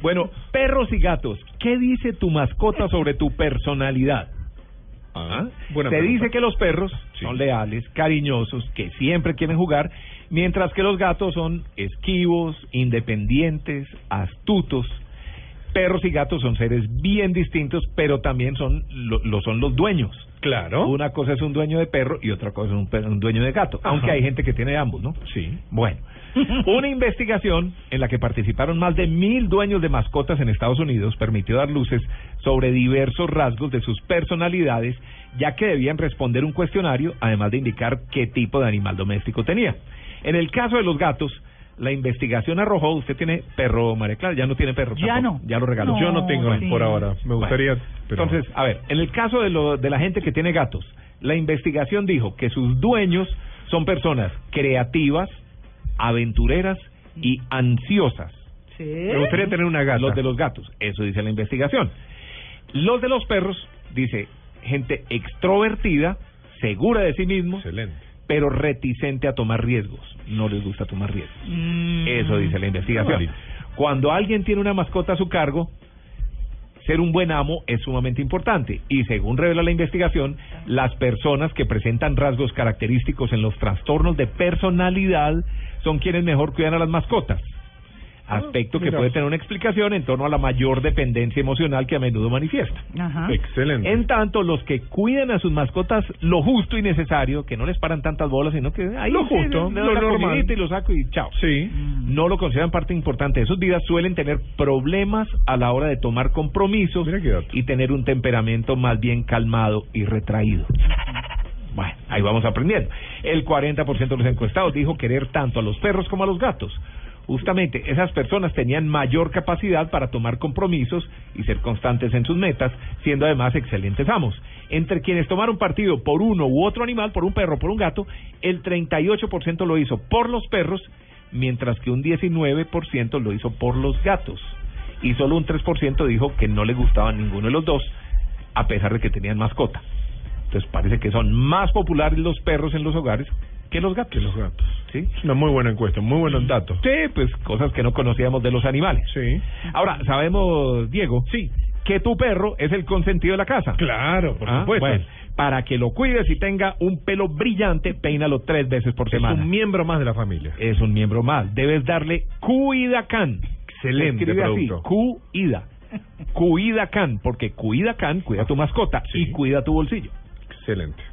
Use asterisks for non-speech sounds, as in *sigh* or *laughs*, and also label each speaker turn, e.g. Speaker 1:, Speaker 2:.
Speaker 1: Bueno, perros y gatos, ¿qué dice tu mascota sobre tu personalidad?
Speaker 2: Ah,
Speaker 1: Se
Speaker 2: buena
Speaker 1: dice
Speaker 2: pregunta.
Speaker 1: que los perros
Speaker 2: Sí.
Speaker 1: son leales, cariñosos, que siempre quieren jugar, mientras que los gatos son esquivos, independientes, astutos. Perros y gatos son seres bien distintos, pero también son lo, lo son los dueños.
Speaker 2: Claro.
Speaker 1: Una cosa es un dueño de perro y otra cosa es un, per- un dueño de gato,
Speaker 2: Ajá.
Speaker 1: aunque hay gente que tiene ambos, ¿no?
Speaker 2: Sí.
Speaker 3: *laughs*
Speaker 1: Bueno, una investigación en la que participaron más de mil dueños de mascotas en Estados Unidos permitió dar luces sobre diversos rasgos de sus personalidades, ya que debían responder un cuestionario, además de indicar qué tipo de animal doméstico tenía. En el caso de los gatos, la investigación arrojó, usted tiene perro, María Clara, ya no tiene perro.
Speaker 3: Ya
Speaker 1: tampoco,
Speaker 3: no.
Speaker 1: Ya lo regaló.
Speaker 2: Yo no
Speaker 1: Oh,
Speaker 2: tengo
Speaker 3: sí.
Speaker 2: por ahora. Me gustaría.
Speaker 1: Bueno,
Speaker 2: pero-
Speaker 1: Entonces, a ver, en el caso de, lo- de la gente que tiene gatos, la investigación dijo que sus dueños son personas creativas, aventureras y ansiosas.
Speaker 3: Sí.
Speaker 2: me gustaría tener una gata.
Speaker 1: Los de los gatos, eso dice la investigación. Los de los perros, dice, gente extrovertida, segura de sí mismos,
Speaker 2: Excelente.
Speaker 1: pero reticente a tomar riesgos. No les gusta tomar riesgos.
Speaker 3: Mm.
Speaker 1: Eso dice la investigación.
Speaker 2: Claro.
Speaker 1: Cuando alguien tiene una mascota a su cargo, ser un buen amo es sumamente importante. Y según revela la investigación, las personas que presentan rasgos característicos en los trastornos de personalidad son quienes mejor cuidan a las mascotas. Aspecto que
Speaker 2: mira.
Speaker 1: puede tener una explicación en torno a la mayor dependencia emocional que a menudo manifiesta.
Speaker 3: Ajá.
Speaker 2: Excelente.
Speaker 1: En tanto, los que cuidan a sus mascotas lo justo y necesario, que no les paran tantas bolas, sino que ahí
Speaker 2: Lo
Speaker 1: sí,
Speaker 2: justo,
Speaker 1: le
Speaker 2: lo
Speaker 1: doy la
Speaker 2: normal.
Speaker 1: comidita y lo saco y chao
Speaker 2: Sí.
Speaker 3: Mm.
Speaker 1: no lo consideran parte importante de sus vidas, suelen tener problemas a la hora de tomar compromisos
Speaker 2: Mira qué dato.
Speaker 1: y tener un temperamento más bien calmado y retraído. Bueno, ahí vamos aprendiendo. El 40% de los encuestados dijo querer tanto a los perros como a los gatos. Justamente esas personas tenían mayor capacidad para tomar compromisos y ser constantes en sus metas, siendo además excelentes amos. Entre quienes tomaron partido por uno u otro animal, por un perro o por un gato, el 38% lo hizo por los perros, mientras que un 19% lo hizo por los gatos. Y solo un 3% dijo que no le gustaban ninguno de los dos, a pesar de que tenían mascota. Entonces parece que son más populares los perros en los hogares que los gatos.
Speaker 2: Que los gatos.
Speaker 1: ¿Sí?
Speaker 2: Es una muy buena encuesta. Muy buenos datos.
Speaker 1: Sí, pues cosas que no conocíamos de los animales.
Speaker 2: Sí.
Speaker 1: Ahora, sabemos, Diego, sí, que tu perro es el consentido de la casa.
Speaker 2: Claro, por
Speaker 1: Ah,
Speaker 2: supuesto.
Speaker 1: bueno, para que lo cuides y tenga un pelo brillante, peínalo tres veces por
Speaker 2: es
Speaker 1: semana.
Speaker 2: un miembro más de la familia.
Speaker 1: es un miembro más. Debes darle Cuidacan.
Speaker 2: Excelente
Speaker 1: Escribe
Speaker 2: producto.
Speaker 1: Así, cuida. Cuidacan, porque Cuidacan cuida tu mascota
Speaker 2: Sí.
Speaker 1: y cuida tu bolsillo.
Speaker 2: Excelente.